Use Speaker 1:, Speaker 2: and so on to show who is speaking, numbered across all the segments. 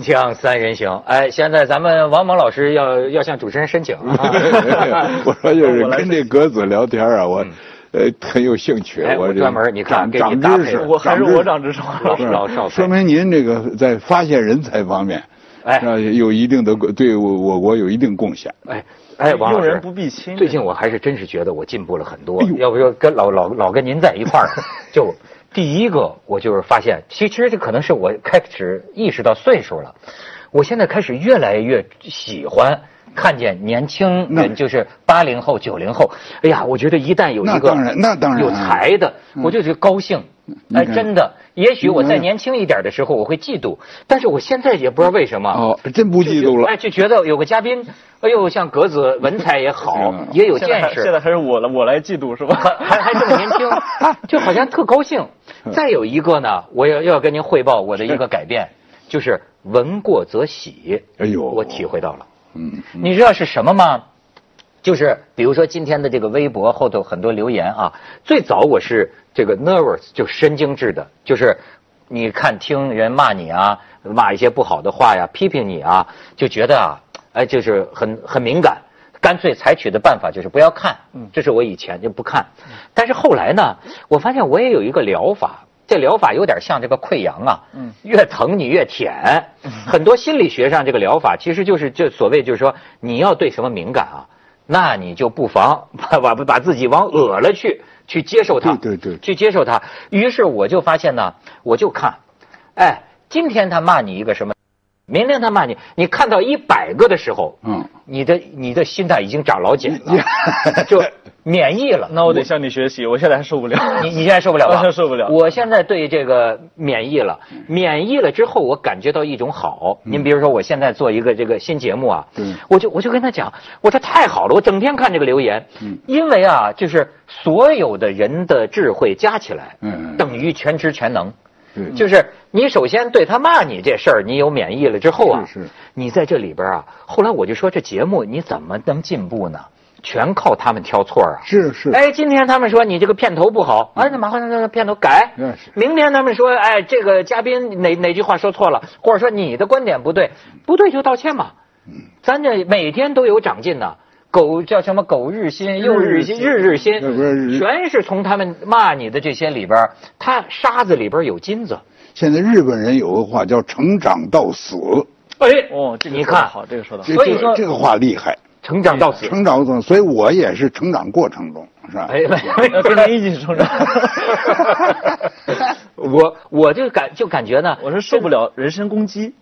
Speaker 1: 锵三人行，哎，现在咱们王蒙老师要要向主持人申请啊。
Speaker 2: 我说就是跟这格子聊天啊，我呃很有兴趣，
Speaker 1: 嗯哎我
Speaker 2: 这
Speaker 1: 专门你看
Speaker 2: 长
Speaker 1: 给你
Speaker 2: 长
Speaker 1: 搭
Speaker 2: 知
Speaker 1: 配
Speaker 2: 识，
Speaker 3: 我还是
Speaker 2: 长知
Speaker 3: 我
Speaker 2: 识
Speaker 3: 长知识了。
Speaker 1: 老老少
Speaker 2: 说明您这个在发现人才方面，
Speaker 1: 哎
Speaker 2: 啊，有一定的对我我国有一定贡献。
Speaker 1: 哎哎，王老
Speaker 3: 用
Speaker 1: 师
Speaker 3: 人不避亲。
Speaker 1: 最近我还是真是觉得我进步了很多，
Speaker 2: 啊哎呦
Speaker 1: 要不就跟老老老跟您在一块 儿，就第一个我就是发现，其实这可能是我开始意识到岁数了，我现在开始越来越喜欢看见年轻
Speaker 2: 那
Speaker 1: 人，就是八零后、九零后，哎呀，我觉得一旦有
Speaker 2: 那
Speaker 1: 一个
Speaker 2: 当然那当然啊嗯
Speaker 1: 有才的，我就觉得高兴。
Speaker 2: 你
Speaker 1: 哎，
Speaker 2: 看
Speaker 1: 真的，也许我
Speaker 2: 你
Speaker 1: 在
Speaker 2: 看
Speaker 1: 年轻一点的时候我会嫉妒，但是我现在也不知道为什么。
Speaker 2: 哦，真不嫉妒了。
Speaker 1: 哎，就觉得有个嘉宾，哎呦，像格子文采也好
Speaker 2: 嗯，
Speaker 1: 也有
Speaker 3: 现在
Speaker 1: 见
Speaker 3: 还现
Speaker 1: 识，
Speaker 3: 在还是我了，我来嫉妒 是
Speaker 1: 还
Speaker 3: 吧？
Speaker 1: 还还这么年 轻，就好像特高兴。
Speaker 2: 嗯
Speaker 1: 再有一个呢，我要要跟您汇报我的一个改变，就是闻过则喜。
Speaker 2: 哎呦
Speaker 1: 我体会到了。
Speaker 2: 嗯，
Speaker 1: 你知道是什么吗？就是比如说今天的这个微博后头很多留言啊，最早我是这个 nervous 就神经质的，就是你看听人骂你啊，骂一些不好的话呀，批评你啊，就觉得啊，哎，就是很很敏感，干脆采取的办法就是不要看，这是我以前就不看，但是后来呢，我发现我也有一个疗法，这疗法有点像这个溃疡啊，
Speaker 3: 嗯
Speaker 1: 越疼你越舔。很多心理学上这个疗法其实就是就所谓就是说你要对什么敏感啊，那你就不妨 把把把自己往恶了去，去接受它，
Speaker 2: 对对对
Speaker 1: 去接受它。于是我就发现呢，我就看，哎，今天他骂你一个什么，明天他骂你，你看到一百个的时候，
Speaker 2: 嗯，
Speaker 1: 你的你的心态已经长老茧 了，就免疫了。
Speaker 3: 那我得向你学习，我现在还受不了。
Speaker 1: 你你现在受不了吧？
Speaker 3: 啊我现在受不了嗯
Speaker 1: 我现在对这个免疫了，免疫了之后，我感觉到一种好。您比如说，我现在做一个这个新节目啊，
Speaker 3: 嗯
Speaker 2: 对
Speaker 1: 我就我就跟他讲，我说太好了，我整天看这个留言，
Speaker 2: 嗯
Speaker 1: 因为啊，就是所有的人的智慧加起来，
Speaker 2: 嗯嗯
Speaker 1: 等于全知全能。
Speaker 2: 对
Speaker 3: 嗯
Speaker 1: 就是你首先对他骂你这事儿，你有免疫了之后啊，
Speaker 2: 是是
Speaker 1: 你在这里边啊，后来我就说这节目你怎么能进步呢？全靠他们挑错儿啊！
Speaker 2: 是是，
Speaker 1: 哎，今天他们说你这个片头不好，哎，那马上那片头改
Speaker 2: 那是。
Speaker 1: 明天他们说，哎，这个嘉宾哪哪句话说错了，或者说你的观点不对，不对就道歉嘛。咱这每天都有长进呐、狗叫什么？狗日新，又日新，日日新
Speaker 2: 那不是，日
Speaker 1: 全是从他们骂你的这些里边儿，他沙子里边儿有金子。
Speaker 2: 现在日本人有个话叫“成长到死
Speaker 1: 哎，
Speaker 3: 哦，这个
Speaker 1: 你
Speaker 3: 说得
Speaker 1: 看，
Speaker 3: 好，这个说的好
Speaker 2: 这”，。
Speaker 1: 所以说
Speaker 2: 这这个话厉害，
Speaker 1: 成长到此。
Speaker 2: 成长到死，所以我也是成长过程中，是 吧？
Speaker 1: 哎，没没
Speaker 3: 要跟您一起成长。
Speaker 1: 我我就感就感觉呢，
Speaker 3: 我是受不了人身攻击，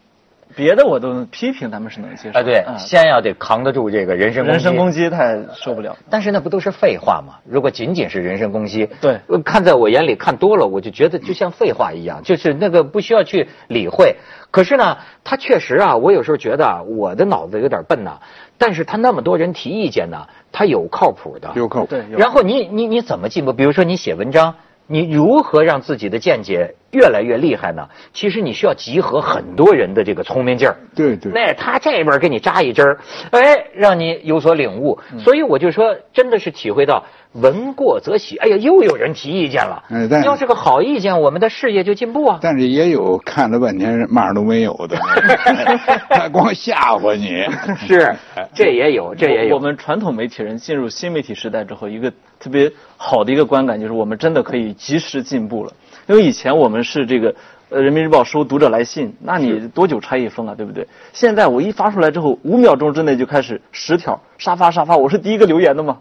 Speaker 3: 别的我都能批评他们是能接受。
Speaker 1: 哎，对，
Speaker 3: 嗯
Speaker 1: 先要得扛得住这个人身攻
Speaker 3: 人
Speaker 1: 击。
Speaker 3: 身攻击太受不了。
Speaker 1: 但是那不都是废话吗？如果仅仅是人身攻击，
Speaker 3: 对
Speaker 1: 呃看在我眼里看多了，我就觉得就像废话一样，就是那个不需要去理会。可是呢，他确实啊，我有时候觉得啊我的脑子有点笨呐、但是他那么多人提意见呢，他有靠谱的，
Speaker 2: 有口
Speaker 3: 对，有
Speaker 1: 然后你你你怎么进步？比如说你写文章，你如何让自己的见解越来越厉害呢？其实你需要集合很多人的这个聪明劲儿。
Speaker 2: 对对，
Speaker 1: 那他这边给你扎一针儿，哎，让你有所领悟。
Speaker 2: 嗯
Speaker 1: 所以我就说，真的是体会到闻过则喜。哎呀，又有人提意见了。
Speaker 2: 哎但是
Speaker 1: 要是个好意见，我们的事业就进步啊。
Speaker 2: 但是也有看了半天嘛都没有的，他光吓唬你。
Speaker 1: 是，这也有，这也
Speaker 3: 我我
Speaker 1: 有。
Speaker 3: 们传统媒体人进入新媒体时代之后，一个特别好的一个观感就是我们真的可以及时进步了。因为以前我们是这个，呃，人民日报收读者来信，那你多久拆一封啊，对不对？现在我一发出来之后，五秒钟之内就开始十条沙发沙发，我是第一个留言 的嘛。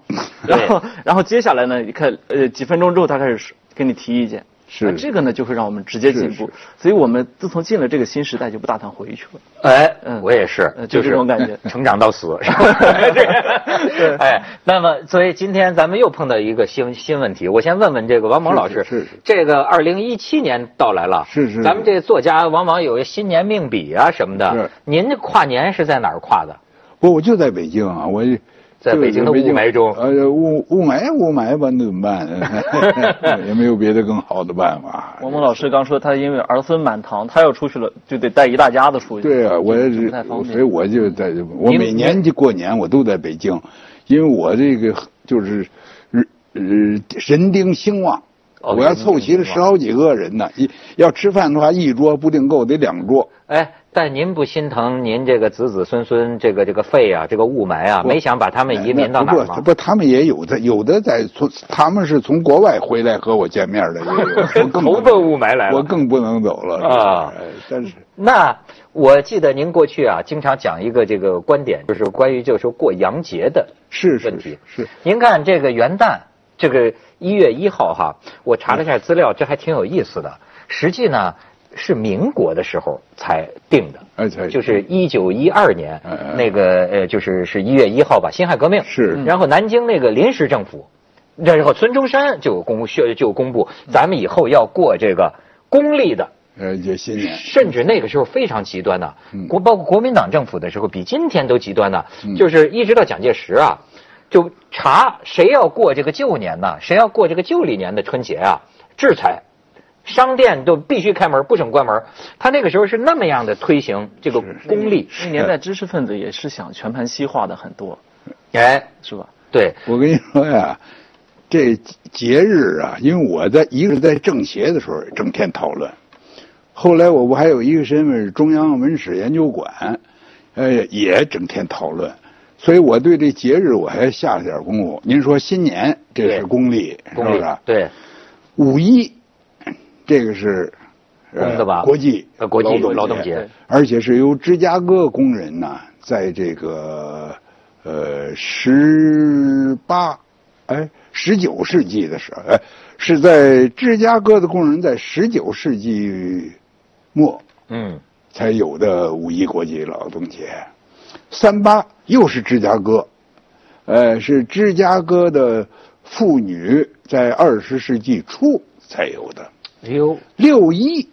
Speaker 1: 对
Speaker 3: 然后然后接下来呢，你看，呃，几分钟之后他开始跟你提意见。
Speaker 2: 是
Speaker 3: 那这个呢，就会让我们直接进步，所以我们自从进了这个新时代，就不大堂回去了。
Speaker 1: 哎，
Speaker 3: 嗯
Speaker 1: 我也是
Speaker 3: 呃，
Speaker 1: 就
Speaker 3: 就这
Speaker 1: 是
Speaker 3: 种感觉
Speaker 1: 成长到 死。是吧对哎，那么所以今天咱们又碰到一个新新问题，我先问问这个王蒙老师，
Speaker 2: 是是是
Speaker 1: 这个二零一七年到来了，
Speaker 2: 是是
Speaker 1: 咱们这作家往往有新年命笔啊什么的
Speaker 2: 是，
Speaker 1: 您这跨年是在哪儿跨的？
Speaker 2: 不，我就在北京啊，我就
Speaker 1: 在北京的雾霾中
Speaker 2: 呃，雾雾霾雾霾吧，那怎么办？ 也没有别的更好的办法。
Speaker 3: 王蒙老师刚说他因为儿孙满堂，他要出去了就得带一大家子出去。
Speaker 2: 对啊，我也
Speaker 3: 这
Speaker 2: 是
Speaker 3: 不太方，
Speaker 2: 所以
Speaker 3: 便。
Speaker 2: 我就在，我
Speaker 1: 您
Speaker 2: 每年就过年我都在北京，因为我这个就是，呃，神丁兴旺，
Speaker 1: 哦
Speaker 2: 我要凑齐了十好几个人呢，一要吃饭的话，一桌不定够，得两桌。
Speaker 1: 哎，但您不心疼您这个子子孙孙这个这个肺啊，这个雾霾啊，
Speaker 2: 不
Speaker 1: 没想把他们移民到哪儿
Speaker 2: 哎那
Speaker 1: 吗
Speaker 2: 不？不，他们也有的，有的在从他们是从国外回来和我见面 的，也有。我更不
Speaker 1: 投奔雾霾来
Speaker 2: 我
Speaker 1: 了。
Speaker 2: 更不能走了
Speaker 1: 啊！
Speaker 2: 哎但是
Speaker 1: 那我记得您过去啊，经常讲一个这个观点，就是关于就是说过洋节的
Speaker 2: 是是
Speaker 1: 问题
Speaker 2: 是是，
Speaker 1: 您看这个元旦，这个一月一号哈，我查了一下资料，这还挺有意思的。实际呢是民国的时候才定的，
Speaker 2: 而且
Speaker 1: 就是一九一二年
Speaker 2: 嗯嗯
Speaker 1: 那个呃，就是是一月一号吧，辛亥革命
Speaker 2: 是
Speaker 1: 然后南京那个临时政府，然后孙中山就公宣就公布，咱们以后要过这个公历的。
Speaker 2: 呃也新年
Speaker 1: 甚至那个时候非常极端呐、
Speaker 2: 嗯
Speaker 1: 国包括国民党政府的时候，比今天都极端呐、就是一直到蒋介石啊，就查谁要过这个旧年呐、谁要过这个旧历年的春节啊，制裁，商店都必须开门，不准关门。他那个时候是那么样的推行这个公历，
Speaker 3: 那年代知识分子也是想全盘西化的很多，
Speaker 1: 哎，
Speaker 3: 是吧？
Speaker 1: 对，
Speaker 2: 我跟你说呀，这节日啊，因为我在一个是在政协的时候整天讨论，后来我不还有一个身份是中央文史研究馆，呃，也整天讨论，所以我对这节日我还下了点功夫。您说新年这
Speaker 1: 对
Speaker 2: 是公历，是
Speaker 1: 公
Speaker 2: 不
Speaker 1: 历
Speaker 2: 是啊？，
Speaker 1: 对，
Speaker 2: 五一这个是呃
Speaker 1: 公的吧
Speaker 2: 国际
Speaker 1: 呃国际劳
Speaker 2: 劳
Speaker 1: 动
Speaker 2: 动
Speaker 1: 节
Speaker 2: 节，而且是由芝加哥工人呐，在这个呃十八哎十九世纪的时候，哎是在芝加哥的工人在十九世纪末
Speaker 1: 嗯，
Speaker 2: 才有的五一国际劳动节，三八又是芝加哥，呃，是芝加哥的妇女在二十世纪初才有的。
Speaker 1: 哎呦，
Speaker 2: 六一，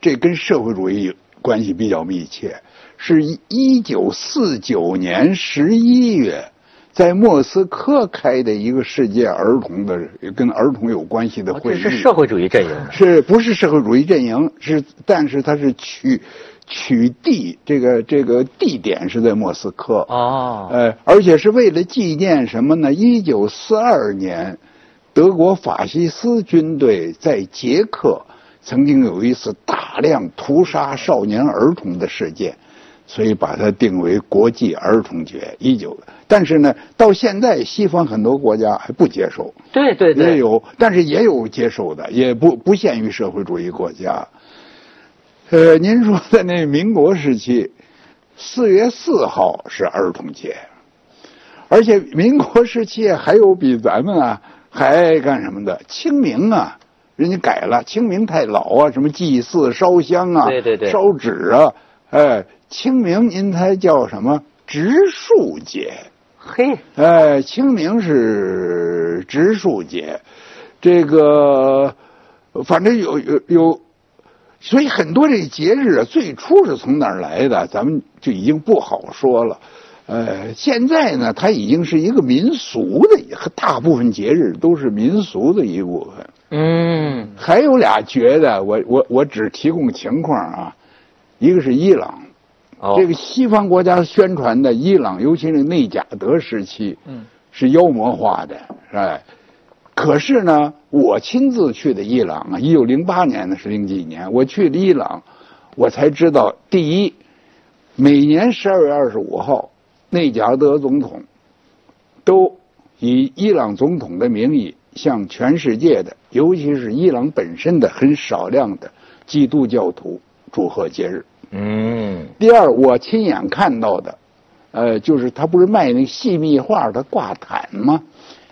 Speaker 2: 这跟社会主义关系比较密切，是一九四九年十一月在莫斯科开的一个世界儿童的跟儿童有关系的
Speaker 1: 哦
Speaker 2: 会
Speaker 1: 这
Speaker 2: 议。
Speaker 1: 是社会主义阵营的，
Speaker 2: 是不是社会主义阵营？是，但是它是取取地，这个这个地点是在莫斯科。
Speaker 1: 哦，
Speaker 2: 呃，而且是为了纪念什么呢？一九四二年，德国法西斯军队在捷克曾经有一次大量屠杀少年儿童的事件，所以把它定为国际儿童节。一九，但是呢，到现在西方很多国家还不接受，
Speaker 1: 对对
Speaker 2: 也
Speaker 1: 对，
Speaker 2: 有，但是也有接受的，也不不限于社会主义国家。呃，您说在那民国时期，四月四号是儿童节，而且民国时期还有比咱们啊还干什么的？清明啊，人家改了，清明太老啊，什么祭祀、烧香啊，
Speaker 1: 对对对
Speaker 2: 烧纸啊，哎，清明您才叫什么？植树节。
Speaker 1: 嘿，
Speaker 2: 哎，清明是植树节，这个反正有有有，所以很多这节日啊，最初是从哪儿来的，咱们就已经不好说了。呃，现在呢，它已经是一个民俗的，大部分节日都是民俗的一部分。
Speaker 1: 嗯，
Speaker 2: 还有俩觉得，我我我只提供情况啊，一个是伊朗，
Speaker 1: 哦
Speaker 2: 这，个西方国家宣传的伊朗，尤其是内贾德时期，
Speaker 3: 嗯，
Speaker 2: 是妖魔化的，哎。可是呢，我亲自去的伊朗啊，一九零八年呢是零几年，我去的伊朗，我才知道，第一，每年十二月二十五号，内贾德总统都以伊朗总统的名义向全世界的，尤其是伊朗本身的很少量的基督教徒祝贺节日。
Speaker 1: 嗯，
Speaker 2: 第二，我亲眼看到的，呃，就是他不是卖那个细密画的挂毯吗？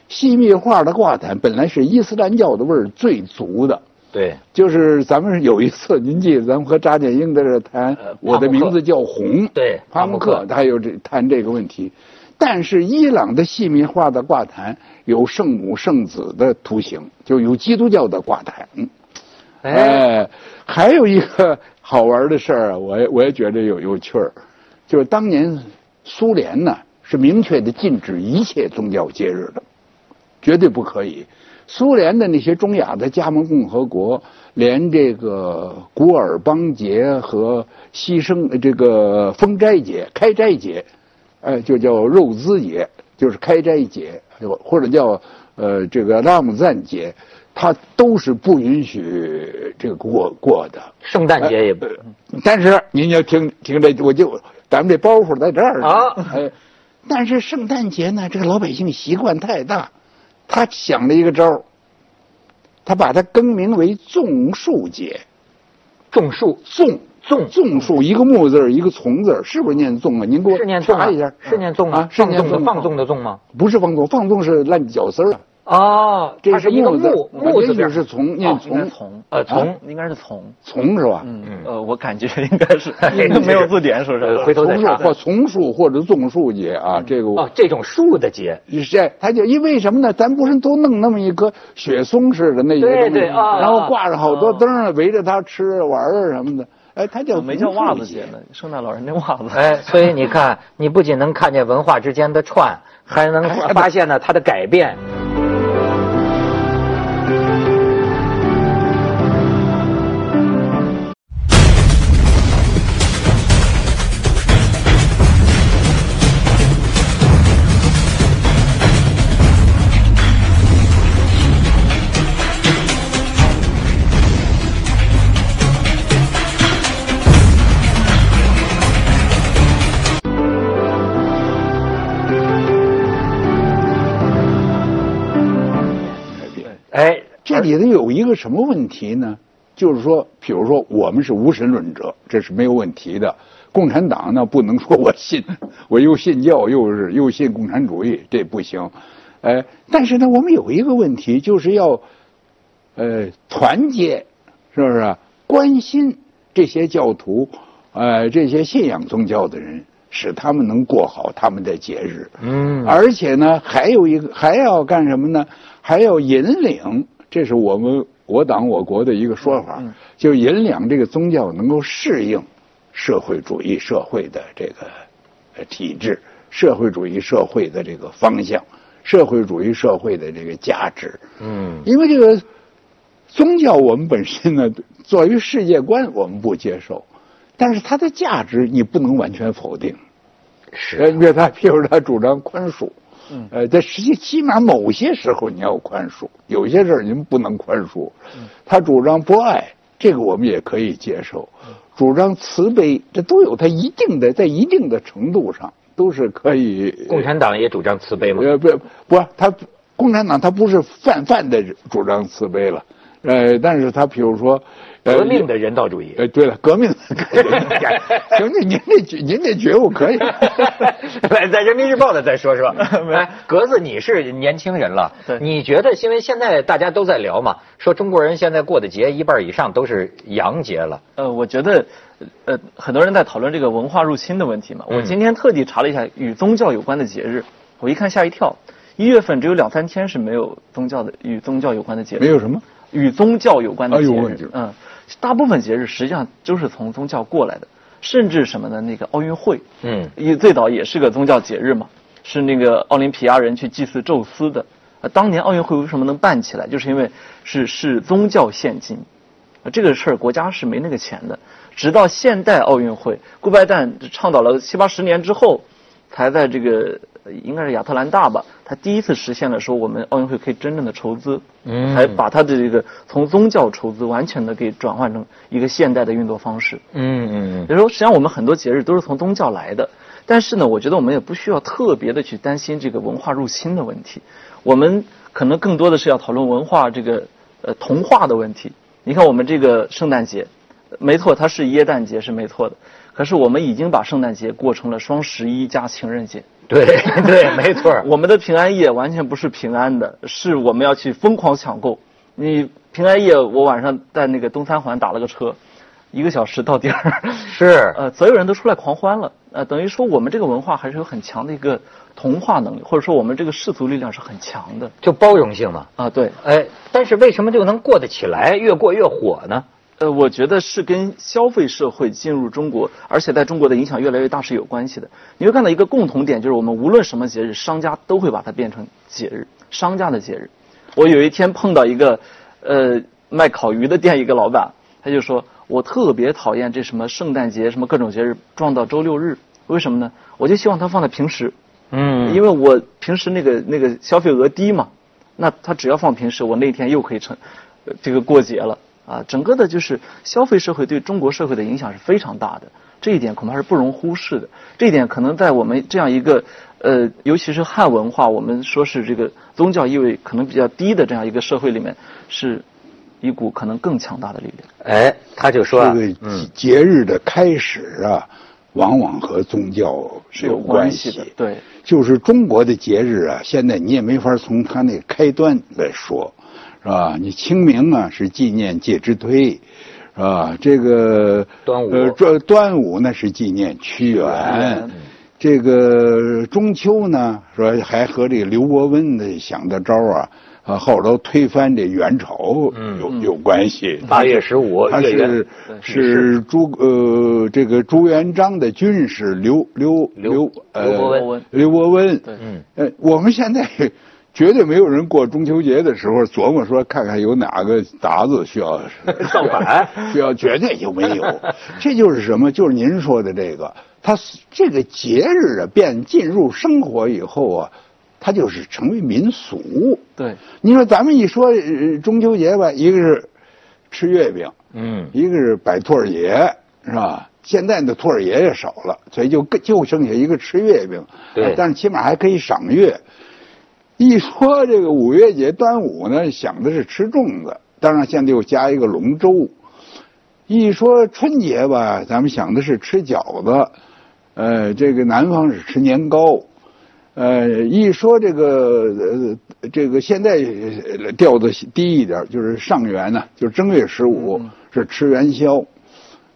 Speaker 2: 细密画的挂毯本来是伊斯兰教的味儿最足的，
Speaker 1: 对，
Speaker 2: 就是咱们有一次，您记得咱们和查建英在这谈
Speaker 1: 呃帕慕克，
Speaker 2: 我的名字叫红，
Speaker 1: 对
Speaker 2: 帕慕
Speaker 1: 帕慕
Speaker 2: 克
Speaker 1: 克，
Speaker 2: 他有这谈这个问题。但是伊朗的细密画的挂毯有圣母圣子的图形，就有基督教的挂毯。
Speaker 1: 哎，
Speaker 2: 哎，还有一个好玩的事儿啊，我也我也觉得有有趣儿，就是当年苏联呢是明确的禁止一切宗教节日的，绝对不可以。苏联的那些中亚的加盟共和国，连这个古尔邦节和牺牲这个封斋节、开斋节，哎，就叫肉孜节，就是开斋节，或者叫呃这个拉姆赞节，他都是不允许这个过过的。
Speaker 1: 圣诞节
Speaker 2: 呃
Speaker 1: 也不
Speaker 2: 但是您要听听这，我就咱们这包袱在这儿呢
Speaker 1: 啊
Speaker 2: 哎但是圣诞节呢，这个老百姓习惯太大，他想了一个招儿，他把它更名为种树节。
Speaker 1: 种树，
Speaker 2: 种
Speaker 1: 种
Speaker 2: 种树，一个木字儿一个从字儿是不是念种啊？您给我
Speaker 1: 是念纵
Speaker 2: 查
Speaker 1: 啊
Speaker 2: 一下，，
Speaker 1: 是念纵
Speaker 2: 啊
Speaker 1: 啊，，
Speaker 2: 是
Speaker 1: 放
Speaker 2: 念
Speaker 1: 纵的
Speaker 2: 纵
Speaker 1: 放纵的纵吗？
Speaker 2: 不是放纵，放纵是烂脚丝儿啊，
Speaker 1: 哦，
Speaker 2: 这
Speaker 1: 它是一个
Speaker 2: 木字
Speaker 1: 木
Speaker 2: 啊
Speaker 1: 木字
Speaker 2: 也
Speaker 1: 边
Speaker 2: 许
Speaker 1: 儿，
Speaker 2: 是从念
Speaker 3: 啊应该
Speaker 2: 从
Speaker 3: 是从，啊
Speaker 1: 呃从
Speaker 3: 应该是从，
Speaker 2: 从是吧？
Speaker 3: 嗯，呃，我感觉应该 是
Speaker 1: 哎
Speaker 3: 没有字典，说实
Speaker 1: 呃
Speaker 3: 话
Speaker 1: 回头再
Speaker 2: 从树
Speaker 1: 查
Speaker 2: 或从树或者种树节啊，这个我
Speaker 1: 哦，这种树的节，
Speaker 2: 是，他就因为什么呢？咱不是都弄那么一棵雪松似的那一个
Speaker 1: 对
Speaker 2: 东西，
Speaker 1: 对啊嗯
Speaker 2: 然后挂着好多灯儿围着它吃玩儿什么的。哎，它叫
Speaker 3: 怎么哦没叫
Speaker 2: 红树
Speaker 3: 袜子节呢？圣诞老人那袜子，
Speaker 1: 哎，所以你看，你不仅能看见文化之间的串，还能发现呢它的改变。哎，
Speaker 2: 这里头有一个什么问题呢？就是说，比如说我们是无神论者，这是没有问题的。共产党呢，不能说我信， 我又信教，又是又信共产主义，这不行。哎，但是呢，我们有一个问题，就是要，呃，团结，是不是啊？关心这些教徒，呃，这些信仰宗教的人，使他们能过好他们的节日。
Speaker 1: 嗯，
Speaker 2: 而且呢，还有一个还要干什么呢？还要引领，这是我们我党我国的一个说法，就引领这个宗教能够适应社会主义社会的这个呃体制，社会主义社会的这个方向，社会主义社会的这个价值。
Speaker 1: 嗯，
Speaker 2: 因为这个宗教，我们本身呢， 作为世界观，我们不接受，但是它的价值你不能完全否定。
Speaker 1: 是
Speaker 2: 呃，岳大 譬如他主张宽恕，嗯，呃，在实际起码某些时候你要宽恕，有些事儿您不能宽恕。他主张博爱，这个我们也可以接受；主张慈悲，这都有他一定的，在一定的程度上都是可以。
Speaker 1: 共产党也主张慈悲嘛。
Speaker 2: 呃，不不，他共产党他不是泛泛的主张慈悲了，呃，但是他比如说，呃
Speaker 1: 革命的人道主义，
Speaker 2: 呃，对了， 革命，行，您您这觉您这觉悟可以。
Speaker 1: 来，在人民日报的再说 说。哎，格子，你是年轻人了，
Speaker 3: 对
Speaker 1: 你觉得，因为现在大家都在聊嘛，说中国人现在过的节一半以上都是洋节了，
Speaker 3: 呃，我觉得，呃，很多人在讨论这个文化入侵的问题嘛。
Speaker 1: 嗯
Speaker 3: 我今天特地查了一下与宗教有关的节日，我一看吓一跳，一月份只有两三天是没有宗教的与宗教有关的节日，
Speaker 2: 没有什么
Speaker 3: 与宗教有关的
Speaker 2: 哎
Speaker 3: 节
Speaker 2: 呦
Speaker 3: 日，
Speaker 2: 我就
Speaker 3: 嗯，大部分节日实际上就是从宗教过来的，甚至什么呢？那个奥运会，
Speaker 1: 嗯
Speaker 3: 也最早也是个宗教节日嘛，是那个奥林匹亚人去祭祀宙斯的。呃，当年奥运会为什么能办起来，就是因为是是宗教现金，呃这个事儿国家是没那个钱的。直到现代奥运会，顾拜旦倡导了七八十年之后，才在这个呃应该是亚特兰大吧，他第一次实现了说我们奥运会可以真正的筹资，
Speaker 1: 嗯
Speaker 3: 才把他的这个从宗教筹资完全的给转换成一个现代的运作方式。
Speaker 1: 嗯嗯
Speaker 3: 也就是说，实际上我们很多节日都是从宗教来的，但是呢，我觉得我们也不需要特别的去担心这个文化入侵的问题，我们可能更多的是要讨论文化这个呃同化的问题。你看，我们这个圣诞节，呃没错，它是耶诞节是没错的，可是我们已经把圣诞节过成了双十一加情人节。
Speaker 1: 对 对，没错儿，
Speaker 3: 我们的平安夜完全不是平安的，是我们要去疯狂抢购。你平安夜，我晚上在那个东三环打了个车，一个小时到点儿。
Speaker 1: 是
Speaker 3: 呃，所有人都出来狂欢了，呃，等于说我们这个文化还是有很强的一个同化能力，或者说我们这个氏族力量是很强的
Speaker 1: 就包容性嘛。
Speaker 3: 啊、对，
Speaker 1: 哎，但是为什么就能过得起来，越过越火呢？
Speaker 3: 呃，我觉得是跟消费社会进入中国，而且在中国的影响越来越大是有关系的。你会看到一个共同点，就是我们无论什么节日，商家都会把它变成节日，商家的节日。我有一天碰到一个，呃，卖烤鱼的店一个老板，他就说我特别讨厌这什么圣诞节什么各种节日撞到周六日，为什么呢？我就希望它放在平时，
Speaker 1: 嗯
Speaker 3: 因为我平时那个那个消费额低嘛，那他只要放平时，我那天又可以成、呃这个过节了啊。整个的就是消费社会对中国社会的影响是非常大的，这一点恐怕是不容忽视的。这一点可能在我们这样一个呃，尤其是汉文化，我们说是这个宗教意味可能比较低的这样一个社会里面，是一股可能更强大的力量。
Speaker 1: 哎，他就说啊，
Speaker 2: 这个
Speaker 1: 嗯，
Speaker 2: 节日的开始啊，往往和宗教是有关系
Speaker 3: 是有关系的对，
Speaker 2: 就是中国的节日啊，现在你也没法从它那开端来说，是吧？你清明啊是纪念介之推，是吧？这个
Speaker 1: 端午
Speaker 2: 呃，端端午那是纪念屈原。这个中秋呢，说还和这个刘伯温的想的招儿啊，啊，后头推翻这元朝有有关系。
Speaker 1: 嗯八月十五，
Speaker 2: 他
Speaker 1: 月圆
Speaker 2: 是是朱呃这个朱元璋的军师刘刘
Speaker 1: 刘
Speaker 2: 呃
Speaker 1: 刘伯
Speaker 3: 温
Speaker 2: 刘伯温
Speaker 3: 对
Speaker 1: 嗯
Speaker 2: 呃我们现在 绝对没有人过中秋节的时候琢磨说看看有哪个达子需 要
Speaker 1: 上板，
Speaker 2: 需要绝对就没有，这就是什么？就是您说的这个，它这个节日啊，便进入生活以后啊，它就是成为民俗。
Speaker 3: 对，
Speaker 2: 你说咱们一说、呃中秋节吧，一个是吃月饼，
Speaker 1: 嗯，
Speaker 2: 一个是摆兔儿爷，是吧？现在的兔儿爷也少了，所以就更就剩下一个吃月饼，
Speaker 1: 对
Speaker 2: 哎但是起码还可以赏月。一说这个五月节端午呢，想的是吃粽子，当然现在又加一个龙舟。一说春节吧，咱们想的是吃饺子，呃，这个南方是吃年糕，呃，一说这个呃这个现在呃调子低一点，就是上元呢、就是正月十五是吃元宵，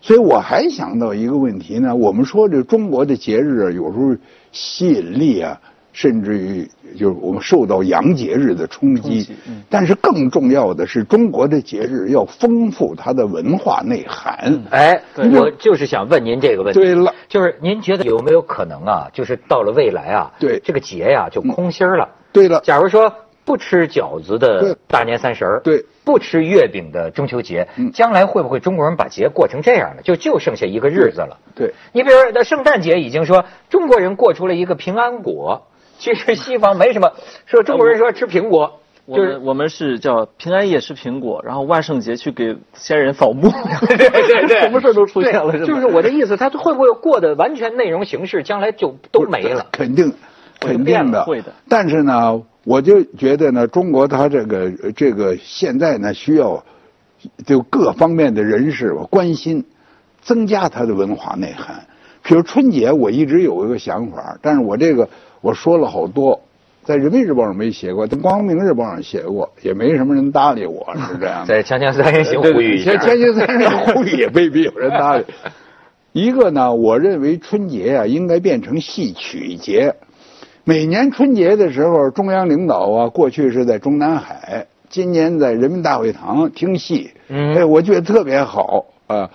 Speaker 2: 所以我还想到一个问题呢，我们说这中国的节日啊，有时候吸引力啊，甚至于就是我们受到洋节日的冲
Speaker 3: 冲
Speaker 2: 击
Speaker 3: 击，嗯
Speaker 2: 但是更重要的是，中国的节日要丰富它的文化内涵。
Speaker 1: 哎，
Speaker 3: 对
Speaker 1: 我就是想问您这个问题。
Speaker 2: 对了，
Speaker 1: 就是您觉得有没有可能啊？就是到了未来啊，
Speaker 2: 对
Speaker 1: 这个节呀、就空心儿了。
Speaker 2: 对了，
Speaker 1: 假如说不吃饺子的
Speaker 2: 对
Speaker 1: 大年三十儿，
Speaker 2: 对，
Speaker 1: 不吃月饼的中秋节，
Speaker 2: 嗯
Speaker 1: 将来会不会中国人把节过成这样了？就就剩下一个日子了。
Speaker 2: 对，
Speaker 1: 你比如说，圣诞节已经说中国人过出了一个平安果，其实西方没什么，说中国人说吃苹果，
Speaker 3: 我
Speaker 1: 就是
Speaker 3: 们我们是叫平安夜吃苹果，然后万圣节去给先人扫墓，
Speaker 1: 对对对，
Speaker 3: 什么事儿都出现了，
Speaker 1: 对
Speaker 3: 吧
Speaker 1: 就是我的意思，他会不会过的完全内容形式将来就都没了？
Speaker 2: 肯定，
Speaker 3: 我就
Speaker 2: 肯
Speaker 3: 变
Speaker 2: 定
Speaker 3: 了
Speaker 2: 的，
Speaker 3: 会的
Speaker 2: 但是呢，我就觉得呢，中国它这个呃这个现在呢，需要就各方面的人士我关心，增加它的文化内涵。比如春节，我一直有一个想法，但是我这个我说了好多，在人民日报上没写过，在光明日报上写过，也没什么人搭理我，是这样的。
Speaker 1: 在《锵锵三人行》
Speaker 2: 对
Speaker 1: 呼吁一下，
Speaker 2: 前前些三人呼吁也未必有人搭理。一个呢，我认为春节啊应该变成戏曲节。每年春节的时候，中央领导啊，过去是在中南海，今年在人民大会堂听戏，
Speaker 1: 嗯
Speaker 2: 哎，我觉得特别好啊。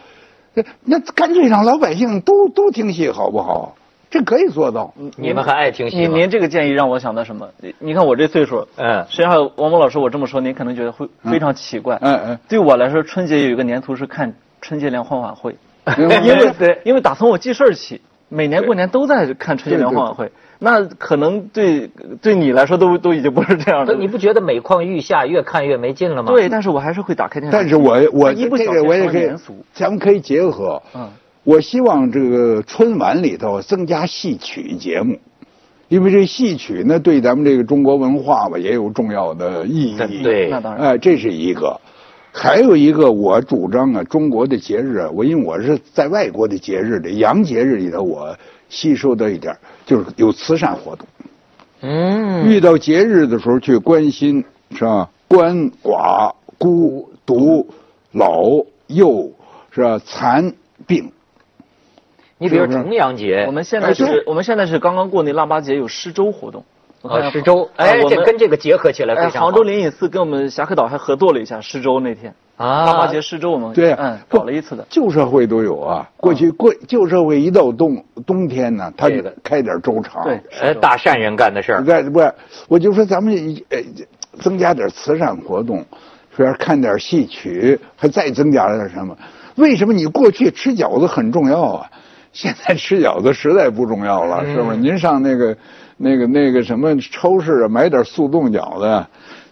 Speaker 2: 那那干脆让老百姓都都听戏，好不好？这可以做到。
Speaker 1: 你们还爱听戏
Speaker 3: 您
Speaker 1: 吗？
Speaker 3: 您这个建议让我想到什么？你你看我这岁数，
Speaker 1: 嗯
Speaker 3: 实际上王蒙老师我这么说，您可能觉得会非常奇怪。
Speaker 2: 嗯嗯
Speaker 3: 对我来说，春节有一个年头是看春节联欢 晚会，因
Speaker 2: 因为
Speaker 3: 为对，因为打从我记事儿起，每年过年都在看春节联欢晚会。那可能对对你来说都都已经不是这样的
Speaker 1: 可
Speaker 3: 了。
Speaker 1: 你不觉得每况愈下，越看越没劲了吗？
Speaker 3: 对，，但是我还是会打开电视机。
Speaker 2: 但是我我
Speaker 3: 一不
Speaker 2: 这
Speaker 3: 小
Speaker 2: 个
Speaker 3: 心
Speaker 2: 我也
Speaker 3: 成了
Speaker 2: 可以
Speaker 3: 民俗，
Speaker 2: 咱们可以结合。
Speaker 3: 嗯，
Speaker 2: 我希望这个春晚里头增加戏曲节目，因为这戏曲呢对咱们这个中国文化吧也有重要的意义。
Speaker 1: 对
Speaker 3: 那当然。
Speaker 2: 哎，这是一个。还有一个，我主张啊，中国的节日啊，我因为我是在外国的节日里，洋节日里头，我吸收到一点儿，就是有慈善活动。
Speaker 1: 嗯，
Speaker 2: 遇到节日的时候去关心，是吧？鳏寡孤独老幼是吧？残病，
Speaker 1: 你比如
Speaker 2: 是不是
Speaker 1: 重阳节，
Speaker 3: 我们现在
Speaker 2: 哎
Speaker 3: 是
Speaker 2: 对，
Speaker 3: 我们现在是刚刚过那腊八节有施粥活动，我看
Speaker 1: 啊施粥，
Speaker 3: 哎
Speaker 1: 哎，
Speaker 3: 我
Speaker 1: 这
Speaker 3: 们
Speaker 1: 跟这个结合起来非
Speaker 3: 哎，
Speaker 1: 常好。
Speaker 3: 杭州灵隐寺跟我们侠客岛还合作了一下施粥那天，
Speaker 1: 啊
Speaker 3: 腊八节施粥我们
Speaker 2: 对啊，
Speaker 3: 嗯
Speaker 2: 不
Speaker 3: 搞了一次的，
Speaker 2: 旧社会都有啊。过去过旧社会一到冬冬天呢，他
Speaker 1: 这
Speaker 2: 就
Speaker 1: 个
Speaker 2: 开点粥厂。
Speaker 3: 对，
Speaker 1: 哎，大善人干的 事儿，
Speaker 2: 在不是，我就说咱们呃增加点慈善活动，说看点戏曲，还再增加点什么？为什么你过去吃饺子很重要啊？现在吃饺子实在不重要了，是不是？您上那个、那个、那个什么超市啊，买点速冻饺子，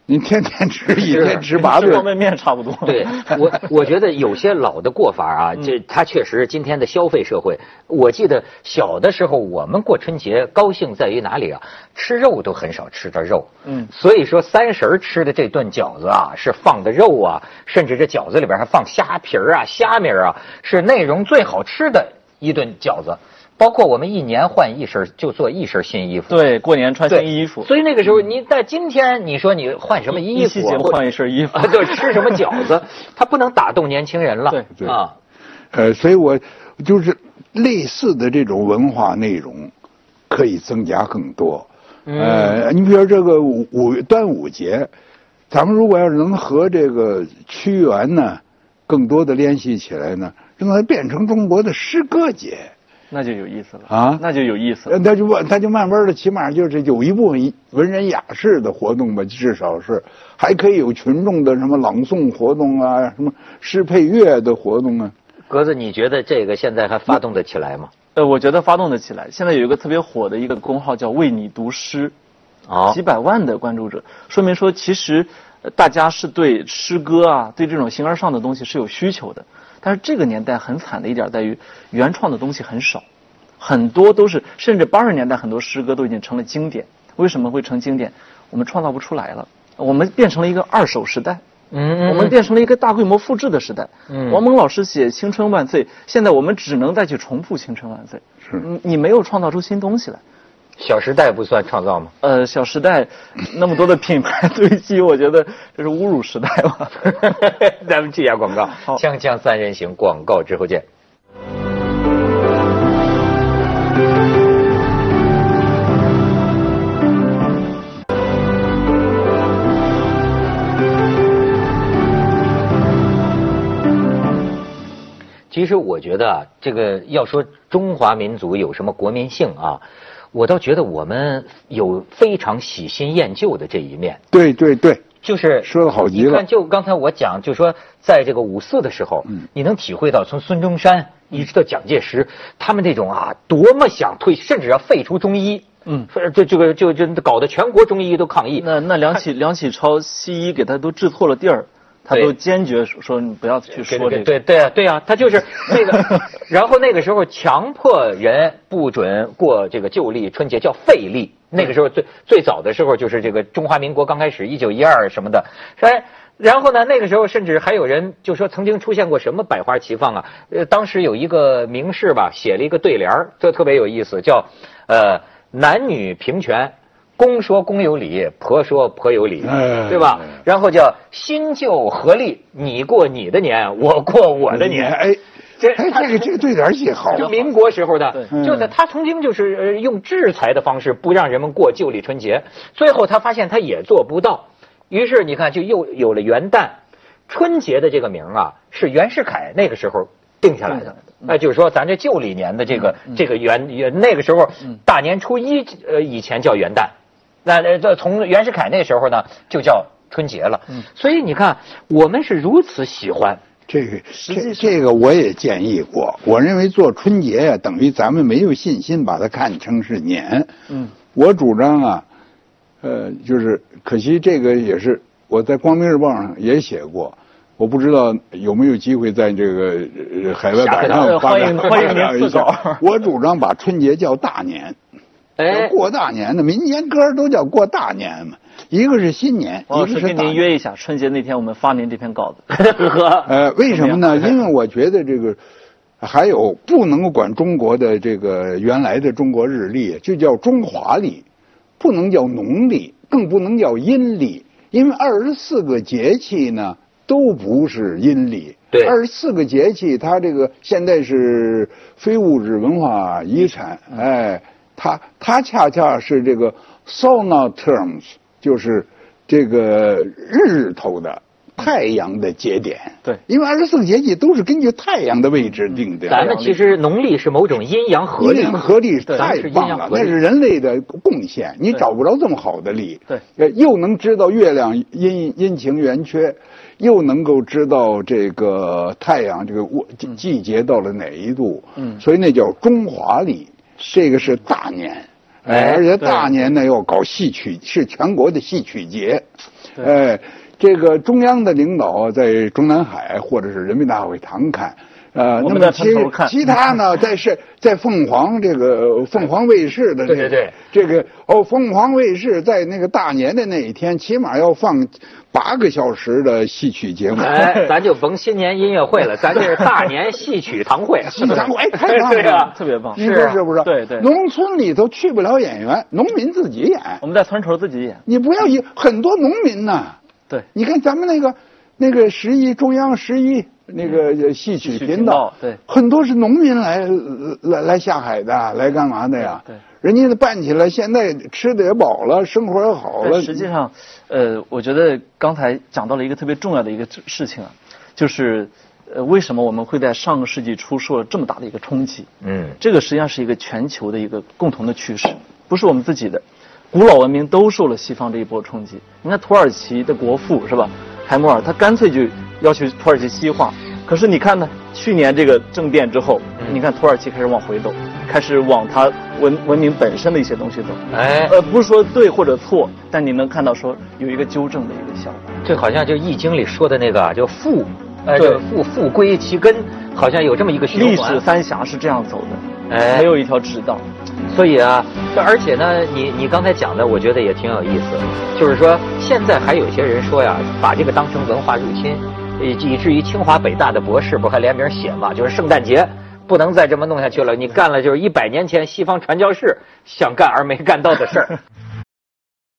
Speaker 2: 您天天吃，一天吃八
Speaker 3: 吃
Speaker 2: 顿，
Speaker 3: 方便面差不多。
Speaker 1: 对我，我觉得有些老的过法啊，
Speaker 3: 嗯
Speaker 1: 这它确实是今天的消费社会。我记得小的时候，我们过春节高兴在于哪里啊？吃肉都很少吃着肉，
Speaker 3: 嗯
Speaker 1: 所以说三十儿吃的这顿饺子啊，是放的肉啊，甚至这饺子里边还放虾皮儿啊、虾米儿啊，是内容最好吃的一顿饺子。包括我们一年换一身，就做一身新衣服。
Speaker 3: 对，过年穿
Speaker 1: 对，
Speaker 3: 新衣服，
Speaker 1: 所以那个时候，你在今天，你说你换什么衣
Speaker 3: 嗯一期
Speaker 1: 服
Speaker 3: 节
Speaker 1: 啊，
Speaker 3: 目
Speaker 1: 或者
Speaker 3: 换一身衣服
Speaker 1: 啊，， 对，吃什么饺 子，它不能打动年轻人了。
Speaker 3: 对
Speaker 2: 对
Speaker 1: 啊，
Speaker 2: 呃，所以我就是类似的这种文化内容可以增加更多。呃，你比如这个五五端午节，咱们如果要是能和这个屈原呢更多的联系起来呢，让它变成中国的诗歌节。
Speaker 3: 那就有意思了
Speaker 2: 啊
Speaker 3: 那就有意思了
Speaker 2: 呃，。他就慢，他就慢慢的，起码就是有一部分文人雅士的活动吧，至少是还可以有群众的什么朗诵活动啊，什么诗配乐的活动啊。
Speaker 1: 格子，你觉得这个现在还发动得起来吗？
Speaker 3: 呃，我觉得发动得起来。现在有一个特别火的一个公号叫“为你读诗”，
Speaker 1: 哦
Speaker 3: 几百万的关注者，说明说其实呃大家是对诗歌啊，对这种形而上的东西是有需求的。但是这个年代很惨的一点在于，原创的东西很少，很多都是甚至八十年代很多诗歌都已经成了经典。为什么会成经典？我们创造不出来了，我们变成了一个二手时代。
Speaker 1: 嗯
Speaker 3: 我们变成了一个大规模复制的时代。
Speaker 1: 嗯
Speaker 3: 王蒙老师写《青春万岁》，现在我们只能再去重复《青春万岁》。嗯
Speaker 2: 是
Speaker 3: 你你没有创造出新东西来。
Speaker 1: 小时代不算创造吗？
Speaker 3: 呃，《小时代》那么多的品牌堆积，我觉得这是侮辱时代吧。
Speaker 1: 咱们去下广告，
Speaker 3: 好
Speaker 1: 锵锵三人行广告之后见。其实我觉得啊，这个要说中华民族有什么国民性啊，我倒觉得我们有非常喜新厌旧的这一面。
Speaker 2: 对对对，
Speaker 1: 就是
Speaker 2: 说得好极了
Speaker 1: 你看，就刚才我讲，就说在这个五四的时候，
Speaker 2: 嗯
Speaker 1: 你能体会到从孙中山一直到蒋介石，他们那种啊，多么想推，甚至要废除中医，呃
Speaker 3: 嗯，
Speaker 1: 这这个就就搞得全国中医都抗议。
Speaker 3: 那那梁启梁启超西医给他都治错了地儿，他
Speaker 1: 对
Speaker 3: 都坚决说说你不要去说这个。
Speaker 1: 对对啊对啊，他就是那个，然后那个时候强迫人不准过这个旧历春节叫废历，那个时候最最早的时候就是这个中华民国刚开始一九一二什么的，哎，然后呢那个时候甚至还有人就说曾经出现过什么百花齐放啊，呃当时有一个名士吧写了一个对联儿这特别有意思，叫呃男女平权。公说公有理，婆说婆有理，
Speaker 2: 哎
Speaker 1: 对吧？然后叫新旧合力，你过你的年，我过我的年。
Speaker 2: 哎，
Speaker 1: 这
Speaker 2: 哎，这个这个对联儿写好，嗯
Speaker 1: 就民国时候的，
Speaker 3: 对
Speaker 1: 就在他曾经就是呃用制裁的方式不让人们过旧历春节，最后他发现他也做不到，于是你看就又有了元旦、春节的这个名儿啊，是袁世凯那个时候定下来的。嗯那就是说，咱这旧历年的这个这个元元那个时候大年初一呃以前叫元旦，那呃这从袁世凯那时候呢就叫春节了。所以你看，我们是如此喜欢。
Speaker 2: 这个这这个我也建议过，我认为做春节呀、等于咱们没有信心把它看成是年。
Speaker 3: 嗯，
Speaker 2: 我主张啊，呃，就是可惜这个也是我在《光明日报》上也写过，我不知道有没有机会在这个呃海外版
Speaker 1: 下载
Speaker 2: 上
Speaker 1: 到
Speaker 2: 发表
Speaker 3: 欢迎欢迎
Speaker 2: 发表
Speaker 3: 您
Speaker 2: 一
Speaker 3: 自
Speaker 2: 下
Speaker 3: 稿。
Speaker 2: 我主张把春节叫大年。
Speaker 1: 哎，
Speaker 2: 过大年的民间歌都叫过大年嘛，一个是新年，一
Speaker 3: 王老
Speaker 2: 个
Speaker 3: 师
Speaker 2: 是
Speaker 3: 跟
Speaker 2: 大
Speaker 3: 您
Speaker 2: 年。
Speaker 3: 约一下，春节那天我们发您这篇稿子。
Speaker 2: 呃，为什么呢？因为我觉得这个还有不能够管中国的这个原来的中国日历，就叫中华历，不能叫农历，更不能叫阴历，因为二十四个节气呢都不是阴历。
Speaker 1: 对
Speaker 2: 二十四个节气，它这个现在是非物质文化遗产，
Speaker 1: 嗯
Speaker 2: 哎，它它恰恰是这个 solar terms，就是这个日头的太阳的节点。
Speaker 3: 对
Speaker 2: 因为二十四个节气都是根据太阳的位置定的。
Speaker 1: 嗯咱们其实农历是某种阴阳合
Speaker 2: 阴
Speaker 1: 力
Speaker 2: 阳。合力
Speaker 1: 对
Speaker 2: 太棒
Speaker 1: 咱们是阴阳
Speaker 2: 了，
Speaker 1: 合
Speaker 2: 那
Speaker 1: 力
Speaker 2: 是人类的贡献，你
Speaker 3: 对
Speaker 2: 找不着这么好的力。
Speaker 3: 对
Speaker 2: 呃，又能知道月亮阴阴晴圆缺，又能够知道这个太阳这个我季季节到了哪一度，
Speaker 3: 嗯
Speaker 2: 所以那叫中华历，这个是大年。哎，
Speaker 1: 哎
Speaker 2: 而且
Speaker 3: 对
Speaker 2: 大年呢要搞戏曲，是全国的戏曲节，
Speaker 3: 对
Speaker 2: 哎，这个中央的领导在中南海或者是人民大会堂看。呃，
Speaker 3: 我
Speaker 2: 那么
Speaker 3: 们在
Speaker 2: 其
Speaker 3: 城头看
Speaker 2: 其他呢， 在是在凤凰这个凤凰卫视的这
Speaker 1: 对
Speaker 2: 个
Speaker 1: 对
Speaker 2: 这个哦，凤凰卫视在那个大年的那一天，起码要放八个小时的戏曲节目。
Speaker 1: 哎，咱就甭新年音乐会了，咱这是大年戏曲堂会。
Speaker 2: 戏堂会哎太 棒了
Speaker 1: 对啊，
Speaker 3: 特别棒
Speaker 2: 你
Speaker 1: 是
Speaker 2: 说
Speaker 1: 啊
Speaker 2: 是不是？
Speaker 3: 对对
Speaker 2: 农村里头去不了演员，农民自己演。
Speaker 3: 我们在村头自己演，
Speaker 2: 你不要以很多农民呐、
Speaker 3: 对，
Speaker 2: 你看咱们那个那个十一中央十一那个呃戏曲
Speaker 3: 嗯戏曲
Speaker 2: 频
Speaker 3: 频
Speaker 2: 道
Speaker 3: 道，对
Speaker 2: 很多是农民来呃来来下海的，来干嘛的呀？
Speaker 3: 对对
Speaker 2: 人家办起来，现在吃的也饱了，生活也好了。
Speaker 3: 但实际上，呃，我觉得刚才讲到了一个特别重要的一个事情啊，就是呃，为什么我们会在上个世纪初受了这么大的一个冲击？
Speaker 1: 嗯，
Speaker 3: 这个实际上是一个全球的一个共同的趋势，不是我们自己的。古老文明都受了西方这一波冲击。你看土耳其的国父是吧，海默尔，他干脆就要求土耳其西化。可是你看呢，去年这个政变之后，你看土耳其开始往回走，开始往它文文明本身的一些东西走。
Speaker 1: 哎，
Speaker 3: 呃，不是说对或者错，但你能看到说有一个纠正的一个效果。
Speaker 1: 这好像就《易经》里说的那个啊，就富，呃，
Speaker 3: 对
Speaker 1: 就富富归其根，好像有这么一个循
Speaker 3: 历
Speaker 1: 环。
Speaker 3: 史三峡是这样走的，
Speaker 1: 哎
Speaker 3: 没有一条直道。
Speaker 1: 所以啊，这而且呢，你你刚才讲的，我觉得也挺有意思，就是说现在还有些人说呀，把这个当成文化入侵，以以至于清华北大的博士不还联名写嘛，就是圣诞节。不能再这么弄下去了！你干了就是一百年前西方传教士想干而没干到的事儿。